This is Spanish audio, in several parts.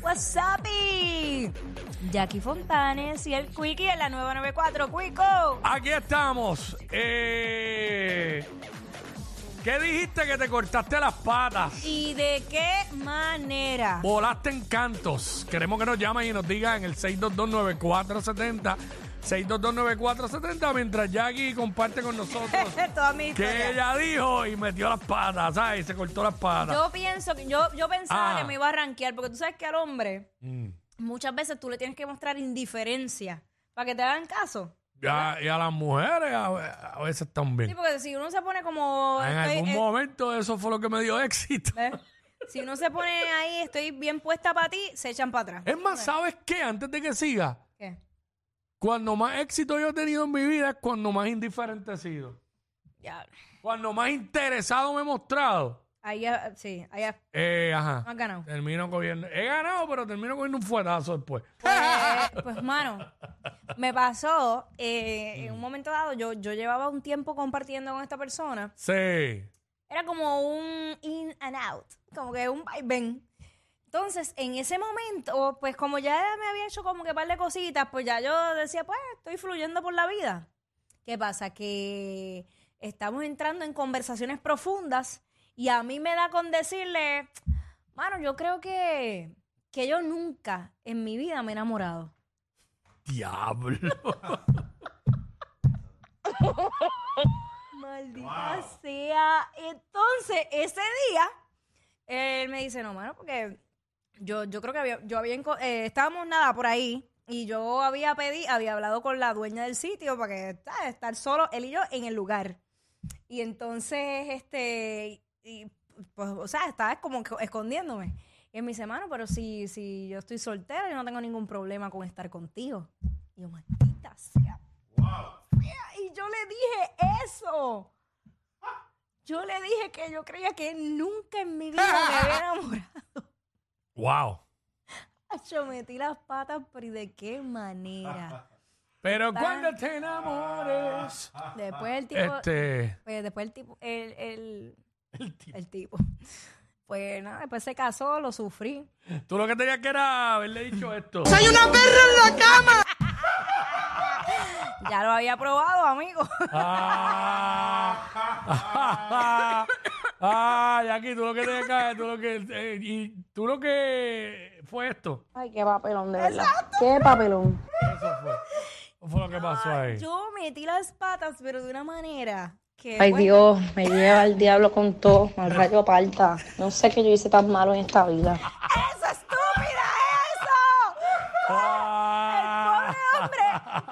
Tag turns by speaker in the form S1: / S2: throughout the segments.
S1: What's up, y Jackie Fontanes y el Quickie en la 994. Quico.
S2: Aquí estamos. Eh, ¿Qué dijiste que te cortaste las patas?
S1: ¿Y de qué manera?
S2: Volaste en cantos. Queremos que nos llamen y nos digan en el 6229470. 6229470 mientras Jackie comparte con nosotros
S1: Toda mi
S2: que
S1: historia.
S2: ella dijo y metió las patas, ¿sabes? Se cortó las patas.
S1: Yo pienso que yo, yo pensaba
S2: Ah.
S1: que me iba a rankear, porque tú sabes que al hombre
S2: Mm.
S1: muchas veces tú le tienes que mostrar indiferencia para que te hagan caso.
S2: Y a, y a las mujeres a, a veces
S1: Sí,
S2: también.
S1: porque si uno se pone como.
S2: Ah, En
S1: estoy-
S2: algún
S1: eh,
S2: momento eso fue lo que me dio éxito.
S1: ¿ves? Si uno se pone ahí, estoy bien puesta para ti, se echan para atrás.
S2: Es más, ¿sabes qué? Antes de que siga,
S1: ¿Qué?
S2: cuando más éxito yo he tenido en mi vida es cuando más indiferente he sido.
S1: Ya.
S2: Cuando más interesado me he mostrado.
S1: Ahí, ya- sí, ahí ya
S2: Eh, ajá.
S1: no has ganado.
S2: Termino cogiendo. He ganado, pero termino cogiendo un fuetazo después.
S1: Pues, pues, mano, me pasó eh, en un momento dado, yo, yo llevaba un tiempo compartiendo con esta persona.
S2: Sí.
S1: Era como un in and out, como que un va y ven. Entonces, en ese momento, pues como ya me había hecho como que par de cositas, pues ya yo decía, pues estoy fluyendo por la vida. ¿Qué pasa? Que estamos entrando en conversaciones profundas y a mí me da con decirle, mano, yo creo que, que yo nunca en mi vida me he enamorado.
S2: Diablo.
S1: Maldita sea. Entonces, ese día, él me dice, no, mano, porque yo, yo creo que había, yo había, enco- eh, estábamos nada por ahí y yo había pedido, había hablado con la dueña del sitio para que ¿sabes? estar solo él y yo en el lugar. Y entonces, este, y, pues, o sea, estaba como que escondiéndome. Y él me dice, mano, pero si, si yo estoy soltera, yo no tengo ningún problema con estar contigo. Y yo, maldita sea y yo le dije eso. Yo le dije que yo creía que nunca en mi vida me había enamorado.
S2: wow.
S1: Yo metí las patas, pero ¿y de qué manera?
S2: Pero cuando te enamores.
S1: Después el tipo,
S2: Este.
S1: pues, después el tipo, el, el,
S2: el tipo.
S1: el tipo. Pues nada, después se casó, lo sufrí.
S2: Tú lo que tenías que era haberle dicho esto.
S1: Ya lo había probado, amigo.
S2: Ah, ah, Jackie, tú lo que tenías que haber- tú lo que. eh, y tú lo que. Fue esto.
S3: Ay, qué papelón, de verdad. Qué papelón.
S2: Eso fue. Eso fue lo que pasó ahí.
S1: Yo metí las patas, pero de una manera que...
S3: Ay,
S1: bueno,
S3: Dios, me lleva el diablo con todo, al rayo parta. No sé qué yo hice tan malo en esta vida.
S1: ¡Eso, estúpida, eso!
S2: Ah.
S1: Pobre hombre,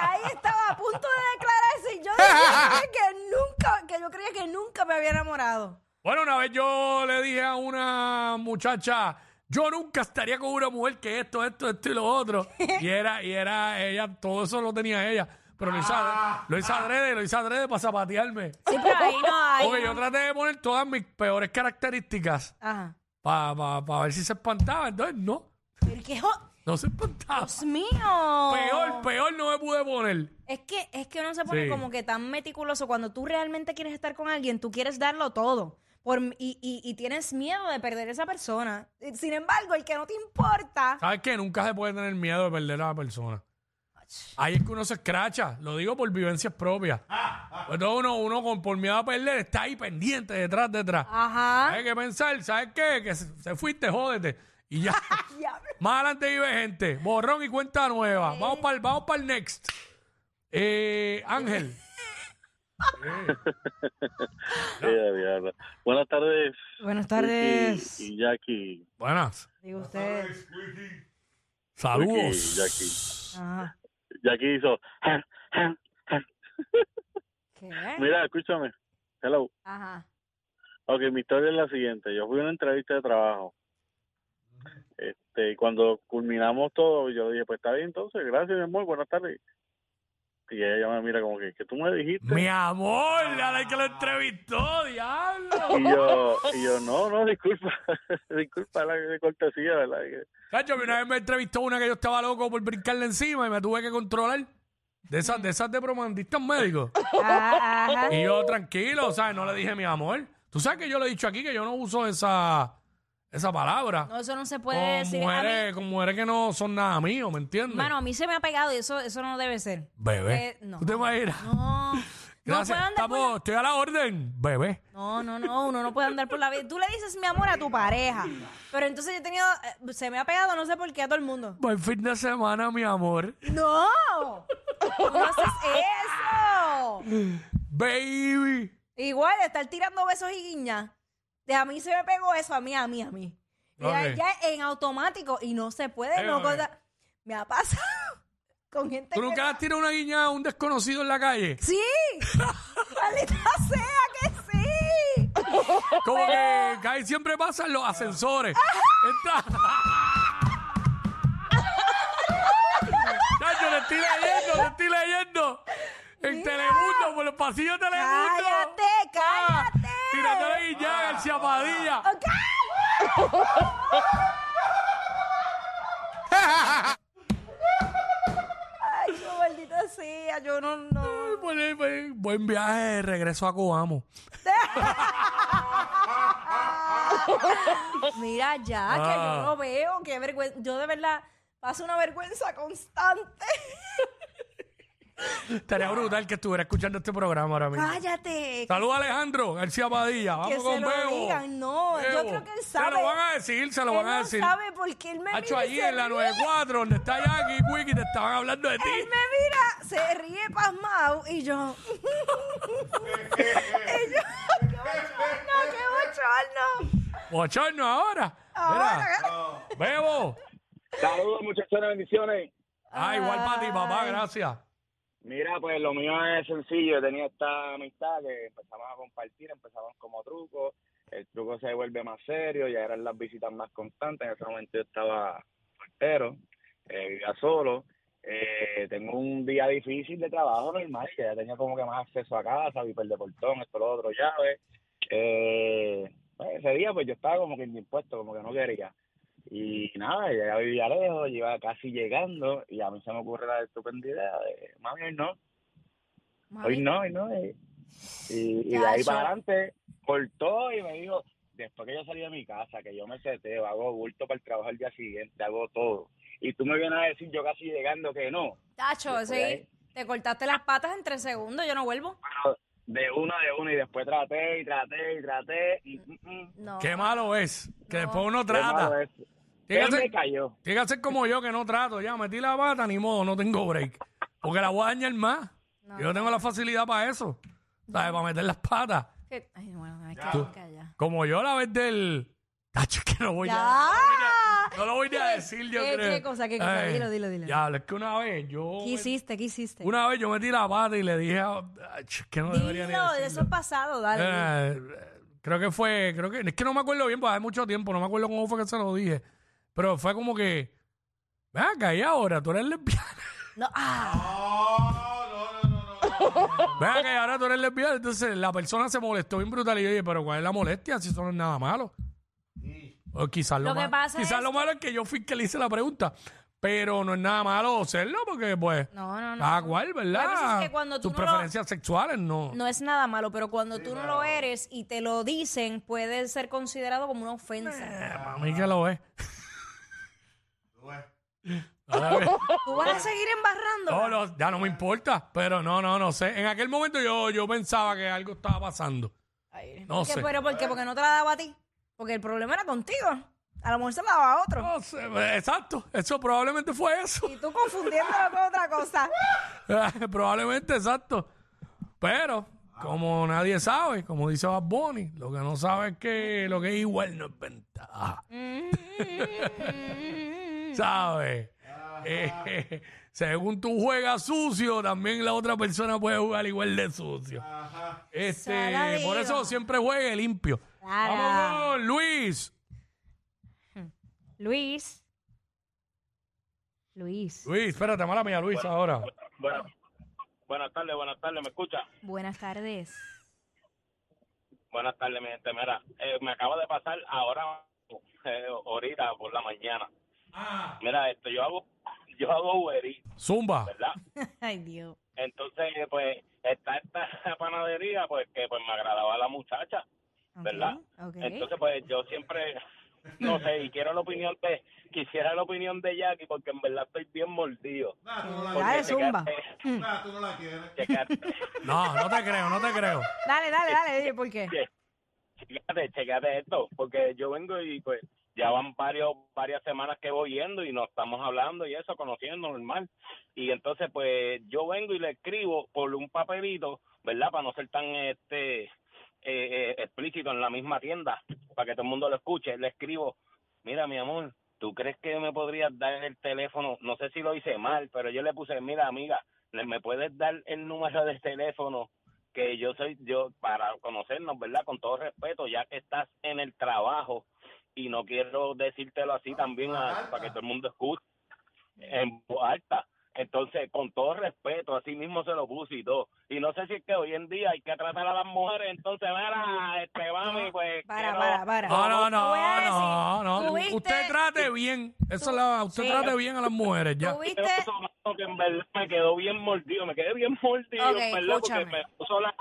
S1: ahí estaba a punto de declararse y yo decía que nunca, que yo creía que nunca me había enamorado.
S2: Bueno, una vez yo le dije a una muchacha, yo nunca estaría con una mujer que esto, esto, esto y lo otro. Y era, y era ella, todo eso lo tenía ella. Pero lo hice, adrede, lo hice adrede, lo hice adrede para zapatearme.
S1: Sí, pero ahí no hay.
S2: Porque yo traté de poner todas mis peores características
S1: Ajá.
S2: para ver si se espantaba. Entonces, no,
S1: Pero qué jo-
S2: no se espantaba.
S1: Dios mío.
S2: Peor, peor no me pude poner.
S1: Es que, es que uno se pone
S2: Sí.
S1: como que tan meticuloso. Cuando tú realmente quieres estar con alguien, tú quieres darlo todo. Por, y, y- y tienes miedo de perder esa persona. Sin embargo, el que no te importa.
S2: ¿Sabes qué? Nunca se puede tener miedo de perder a la persona. Ahí es que uno se escracha, lo digo por vivencias propias. Entonces uno, uno con, por miedo a perder está ahí pendiente, detrás, detrás.
S1: Ajá.
S2: Hay que pensar, ¿sabes qué? Que se, se fuiste, jódete. Y ya,
S1: Diablo.
S2: más adelante vive gente, borrón y cuenta nueva. Vamos para el, vamos para el next. Eh, Ángel.
S4: Ella, diabla. Buenas tardes.
S1: Buenas
S4: tardes. Y, Jackie.
S2: Buenas.
S1: Digo ustedes.
S2: Saludos.
S4: Jackie.
S1: Ajá.
S4: Jackie hizo. "Ja, ja, ja".
S1: ¿Qué?
S4: Mira, escúchame. Hello.
S1: Ajá.
S5: Ok, mi historia es la siguiente. Yo fui a una entrevista de trabajo. Este, y cuando culminamos todo, yo le dije, pues está bien entonces, gracias, mi amor, buenas tardes. Y ella me mira como que, ¿qué tú me dijiste?
S2: Mi amor, la de que lo entrevistó, diablo.
S5: Y yo, y yo, no, no, disculpa, disculpa la de cortesía, ¿verdad? Y que-
S2: Cacho, que una vez me entrevistó una que yo estaba loco por brincarle encima y me tuve que controlar. De esas, de esas de promandistas médicos.
S1: Ah, ajá.
S2: Y yo tranquilo, o sea, no le dije mi amor. Tú sabes que yo le he dicho aquí que yo no uso esa, esa palabra.
S1: No, eso no se
S2: con,
S1: puede decir. A mí,
S2: mujeres, con mujeres que no son nada mío, ¿me entiendes?
S1: mano, a mí se me ha pegado y eso, eso no debe ser.
S2: Bebé.
S1: Eh, no.
S2: ¿Tú te imaginas?
S1: No. No
S2: Gracias.
S1: puede andar por
S2: Estamos,
S1: la-
S2: estoy a la orden, bebé.
S1: No, no, no, uno no puede andar por la vida. Tú le dices mi amor a tu pareja. Pero entonces yo he tenido, eh, se me ha pegado no sé por qué a todo el mundo.
S2: Buen fin de semana, mi amor.
S1: ¡No! ¡Tú no haces eso!
S2: Baby.
S1: Igual, estar tirando besos y guiñas. De a mí se me pegó eso, a mí, a mí, a mí. Y ya-
S2: Ok.
S1: ya en automático, y no se puede,
S2: Sí,
S1: no
S2: ok.
S1: cosa- Me ha pasado con gente
S2: ¿Tú
S1: que-
S2: nunca has tirado una guiñada a un desconocido en la calle?
S1: ¡Sí! ¡Maldita sea que sí!
S2: Como que cae, siempre pasan los ascensores. Entra- Chacho, le estoy leyendo, le estoy leyendo. En Telemundo, por los pasillos de Telemundo.
S1: ¡Cállate,
S2: Ah,
S1: cállate!
S2: Tirándole guiñada a García Padilla.
S1: Ok. ¡Ay, yo, maldita sea! Yo no, no.
S2: Buen, buen- eh, pues, buen viaje de regreso a Coamo.
S1: Mira ya, que
S2: Ah.
S1: yo no veo, qué vergüenza. Yo de verdad paso una vergüenza constante.
S2: Estaría brutal que estuviera escuchando este programa ahora mismo.
S1: Cállate.
S2: Saludos Alejandro García Padilla. Vamos
S1: Que
S2: con
S1: se lo
S2: Bebo.
S1: digan, no, yo
S2: Bebo.
S1: creo que él
S2: Se
S1: sabe.
S2: lo van a decir, se lo
S1: Él
S2: van a
S1: no
S2: decir.
S1: sabe por qué él me
S2: Hacho,
S1: mira. y
S2: allí
S1: se
S2: en la
S1: ríe.
S2: 94, donde está Jackie Quickie, te estaban hablando de
S1: Él
S2: ti.
S1: me mira, se ríe pasmado y yo. y yo, qué bochorno, qué bochorno.
S2: Bochorno ahora.
S1: Ahora,
S2: Mira, Bebo.
S4: Saludos, muchachones, bendiciones.
S2: Ah, igual para ti, papá, gracias.
S4: Mira, pues lo mío es sencillo. Yo tenía esta amistad que empezamos a compartir, empezamos como truco. El truco se vuelve más serio, ya eran las visitas más constantes. En ese momento yo estaba soltero, eh, vivía solo. Eh, tengo un día difícil de trabajo normal, que ya tenía como que más acceso a casa, viper de portón, esto, lo otro, llave. Eh, pues, ese día pues yo estaba como que impuesto, como que no quería. Y nada, ella vivía lejos, iba casi llegando, y a mí se me ocurre la estupenda idea de, mami, hoy no, hoy
S1: Mami,
S4: no, hoy no. Y, y- y de
S1: Ya,
S4: ahí
S1: yo-
S4: para adelante cortó y me dijo, después que yo salí de mi casa, que yo me seteo, hago bulto para el trabajo al día siguiente, hago todo. Y tú me vienes a decir yo casi llegando que no.
S1: Tacho,
S4: Después
S1: sí.
S4: ahí-
S1: Te cortaste las patas en tres segundos, yo no vuelvo.
S4: Pero de uno de uno y después traté y traté y traté y... mm, mm.
S1: No.
S2: Qué malo es que
S1: No.
S2: después uno
S4: Qué malo
S2: trata.
S4: es.
S2: Tiene
S4: Él
S2: que,
S4: me
S2: ser,
S4: cayó.
S2: tiene que ser como yo, que no trato. Ya, metí la bata, ni modo, no tengo break. Porque la voy a dañar más. Yo no tengo la facilidad para eso. ¿Sabes? Para meter las patas.
S1: Que- Ay, bueno, hay que callar.
S2: Como yo la vez del... Tacho, que no voy a...
S1: Ya.
S2: No lo voy ni a decir, yo
S1: ¿Qué-
S2: creo.
S1: qué cosa, qué cosa?
S2: Ay,
S1: Dilo, dilo, dilo.
S2: Ya, es que una vez yo...
S1: ¿Qué hiciste? ¿Qué hiciste?
S2: Una vez yo metí la pata y le dije a... Ay, ch, que no debería ni
S1: Dilo, de
S2: decirlo.
S1: eso es pasado, dale. dilo.
S2: Eh, eh, creo que fue... creo que Es que no me acuerdo bien, porque hace mucho tiempo. No me acuerdo cómo fue que se lo dije. Pero fue como que... Ven acá, y ahora tú eres lesbiana.
S1: No, ah,
S2: Ven acá, y ahora tú eres lesbiana. Entonces la persona se molestó bien brutal. Y yo dije, pero ¿cuál es la molestia? Si eso no es nada malo. O quizás lo,
S1: Lo que
S2: ma-
S1: pasa
S2: quizás
S1: es
S2: lo malo es que yo fui el que le hice la pregunta. Pero no es nada malo serlo, porque pues...
S1: no, no, no.
S2: Cada cual, ¿verdad?
S1: Lo que pasa es que cuando tú
S2: Tus
S1: no lo-
S2: preferencias sexuales no.
S1: No es nada malo, pero cuando tú no lo eres y te lo dicen, puede ser considerado como una ofensa.
S2: Eh, para mí que lo es. A ver,
S1: ¿Tú vas a seguir embarrando?
S2: no, no, ya no me importa, pero no, no, no sé. En aquel momento yo, yo pensaba que algo estaba pasando. No sé.
S1: ¿Pero por qué? Porque no te la daba a ti. Porque el problema era contigo. A lo mejor se la daba a otro.
S2: No sé, eh, exacto, eso probablemente fue eso.
S1: Y tú confundiéndolo con otra cosa.
S2: probablemente, exacto. Pero, como nadie sabe, como dice Bad Bunny, lo que no sabe es que lo que es igual no es ventaja. ¿Sabes? Eh, según tú juegas sucio, también la otra persona puede jugar igual de sucio.
S1: Sala
S2: Este,
S1: de
S2: por
S1: Eva.
S2: eso siempre juegue limpio.
S1: Sala.
S2: Vamos con Luis.
S1: Luis. Luis.
S2: Luis, espérate, mala mía, Luis, ahora.
S4: Bueno, buenas tardes, buenas tardes, ¿me escucha?
S1: Buenas tardes.
S4: Buenas tardes, mi gente. Mira, eh, me acaba de pasar ahora, eh, ahorita por la mañana.
S6: Ah.
S4: Mira, esto, yo hago, yo hago Uber Eats,
S2: Zumba.
S4: ¿verdad?
S1: Ay, Dios.
S4: Entonces, eh, pues, está esta panadería, pues, que pues me agradaba la muchacha,
S1: Ok,
S4: ¿verdad?
S1: ok.
S4: Entonces, pues, yo siempre, no sé, y quiero la opinión de, quisiera la opinión de Jackie, porque en verdad estoy bien mordido.
S6: Nah, tú no la
S1: Dale,
S4: Porque
S1: zumba.
S4: chequeate-
S6: quieres. Nah, tú no la quieres.
S4: chequeate-
S2: No, no te creo, no te creo.
S1: Dale, dale, dale. dile ¿Por qué?
S4: Chécate, chécate esto, porque yo vengo y pues ya van varios, varias semanas que voy yendo y nos estamos hablando y eso, conociendo normal. Y entonces pues yo vengo y le escribo por un papelito, ¿verdad? Para no ser tan este eh, eh, explícito en la misma tienda, para que todo el mundo lo escuche, le escribo, mira mi amor, ¿tú crees que me podrías dar el teléfono? No sé si lo hice mal, pero yo le puse, mira amiga, ¿le- ¿me puedes dar el número del teléfono que yo soy yo para conocernos, ¿verdad? Con todo respeto, ya que estás en el trabajo y no quiero decírtelo así también a- para que todo el mundo escuche en voz alta. Entonces, con todo respeto, así mismo se lo puse y todo. Y no sé si es que hoy en día hay que tratar a las mujeres, entonces, mira, este, mami, pues...
S1: Para,
S4: quiero-
S1: para, para.
S2: No, Ah, no,
S1: Te voy a decir,
S2: no, no, no.
S1: tuviste-
S2: Usted trate bien. Eso la, usted
S1: Sí.
S2: trate bien a las mujeres, ya.
S1: Tuviste.
S4: Eso, mano, que en verdad me quedó bien mordido, me quedé bien mordido,
S1: Ok,
S4: en ¿verdad?
S1: escúchame. Pues
S4: Porque me puso la,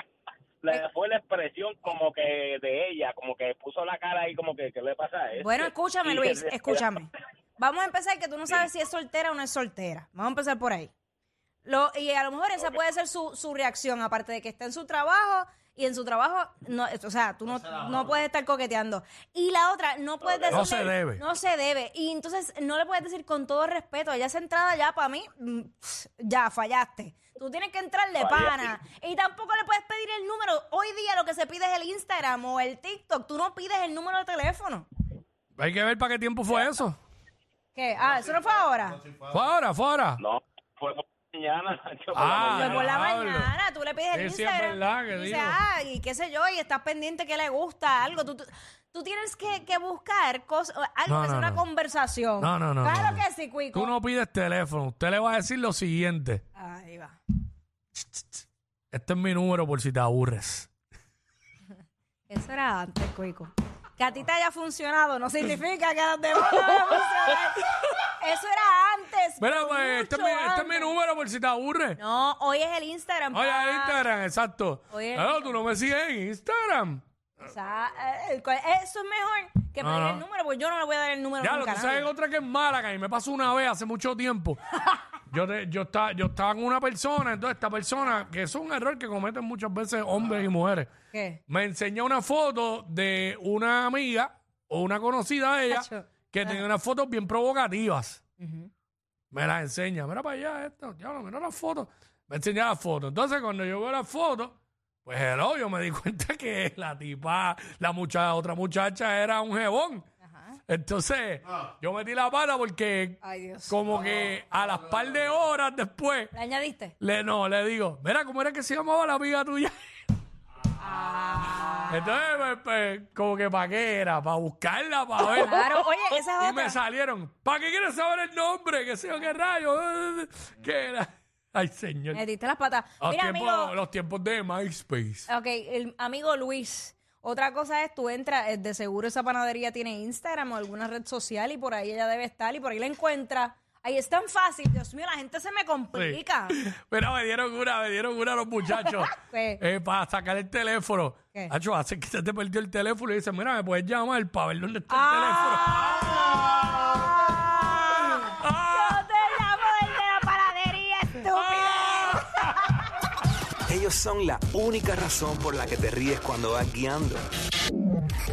S4: le fue la expresión como que de ella, como que puso la cara ahí como que, ¿qué le pasa a este? eso?
S1: Bueno, escúchame, Luis, escúchame. Vamos a empezar que tú no sabes si es soltera o no es soltera. Vamos a empezar por ahí. Lo, y a lo mejor esa puede ser su, su reacción, aparte de que está en su trabajo y en su trabajo, no, o sea, tú no, no puedes estar coqueteando. Y la otra, no puedes decirle...
S2: No se debe.
S1: No se debe. Y entonces no le puedes decir con todo respeto, ya esa entrada ya para mí, mm, ya fallaste. Tú tienes que entrar de pana. Y tampoco le puedes pedir el número. Hoy día lo que se pide es el Instagram o el TikTok. Tú no pides el número de teléfono.
S2: Hay que ver para qué tiempo fue eso.
S1: ¿Qué? Ah, eso no fue ahora.
S2: Fue ahora, fue ahora.
S4: No, fue por la mañana. yo por la
S2: Ah,
S4: mañana.
S1: Pero por la
S2: diablo.
S1: mañana tú le pides el
S2: Sí, sí, es
S1: Instagram.
S2: verdad que
S1: y dices,
S2: digo.
S1: ah, y qué sé yo, y estás pendiente que le gusta algo. Tú, tú, tú tienes que, que buscar cosas, algo
S2: No,
S1: que sea
S2: no,
S1: una
S2: no.
S1: conversación.
S2: No, no, no,
S1: Claro
S2: no, no.
S1: que sí, Cuico.
S2: Tú no pides teléfono. Usted le va a decir lo siguiente.
S1: Ahí va.
S2: Este es mi número por si te aburres.
S1: Eso era antes, Cuico. Que a ti te haya funcionado no significa que a los demás no vaya a funcionar. Eso era antes.
S2: Mira, pues, este, es mi,
S1: mucho
S2: este es mi
S1: antes.
S2: número por si te aburres.
S1: No, hoy es el Instagram.
S2: Oye,
S1: pa.
S2: Instagram, exacto.
S1: Oye.
S2: Claro, tú no me sigues en Instagram.
S1: O sea, eh, eh, eso es mejor que
S2: No,
S1: pedir
S2: no.
S1: el número, porque yo no le voy a dar el número
S2: Ya, lo
S1: nunca
S2: que
S1: a
S2: sabes
S1: nadie.
S2: otra que es mala, que a mí me pasó una vez hace mucho tiempo. Yo, te- yo, estaba, yo estaba con una persona, entonces esta persona, que es un error que cometen muchas veces hombres y mujeres,
S1: ¿Qué?
S2: me enseñó una foto de una amiga o una conocida de ella
S1: Acho.
S2: que tenía unas fotos bien provocativas. Me las enseña, mira para allá esto, diablo, mira las fotos. Me enseña las fotos. Entonces, cuando yo veo las fotos, pues hello, yo me di cuenta que la tipa, la mucha, otra muchacha era un jebón. Entonces, yo metí la pata porque
S1: Ay, Dios.
S2: como que a las par de horas después,
S1: ¿La añadiste?
S2: le, no, le digo, mira, ¿cómo era que se llamaba la amiga tuya?
S1: Ah.
S2: Entonces, pues, pues, como que para qué era, para buscarla, para ver.
S1: Claro, oye, esa
S2: Y
S1: es
S2: me
S1: otra.
S2: salieron, ¿para qué quieres saber el nombre? ¿Qué sé yo, qué rayo? ¿Qué era? Ay, señor.
S1: Me diste las patas.
S2: Los,
S1: Mira,
S2: tiempos,
S1: amigo.
S2: los tiempos de MySpace.
S1: Ok, el amigo Luis. Otra cosa es, tú entras, eh, de seguro esa panadería tiene Instagram o alguna red social y por ahí ella debe estar y por ahí la encuentra. Ahí es tan fácil. Dios mío, la gente se me complica.
S2: Pero me dieron una, me dieron una a los muchachos
S1: ¿Qué?
S2: eh, para sacar el teléfono.
S1: ¿Qué?
S2: Hacho, hace que se te perdió el teléfono y dice, mira, me puedes llamar para ver dónde está
S1: Ah.
S2: el teléfono. ¡Ah!
S1: Yo te llamo desde la panadería, estúpida.
S7: Ellos son la única razón por la que te ríes cuando vas guiando.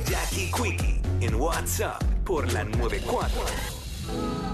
S7: Jackie Quickie en WhatsApp por la 94.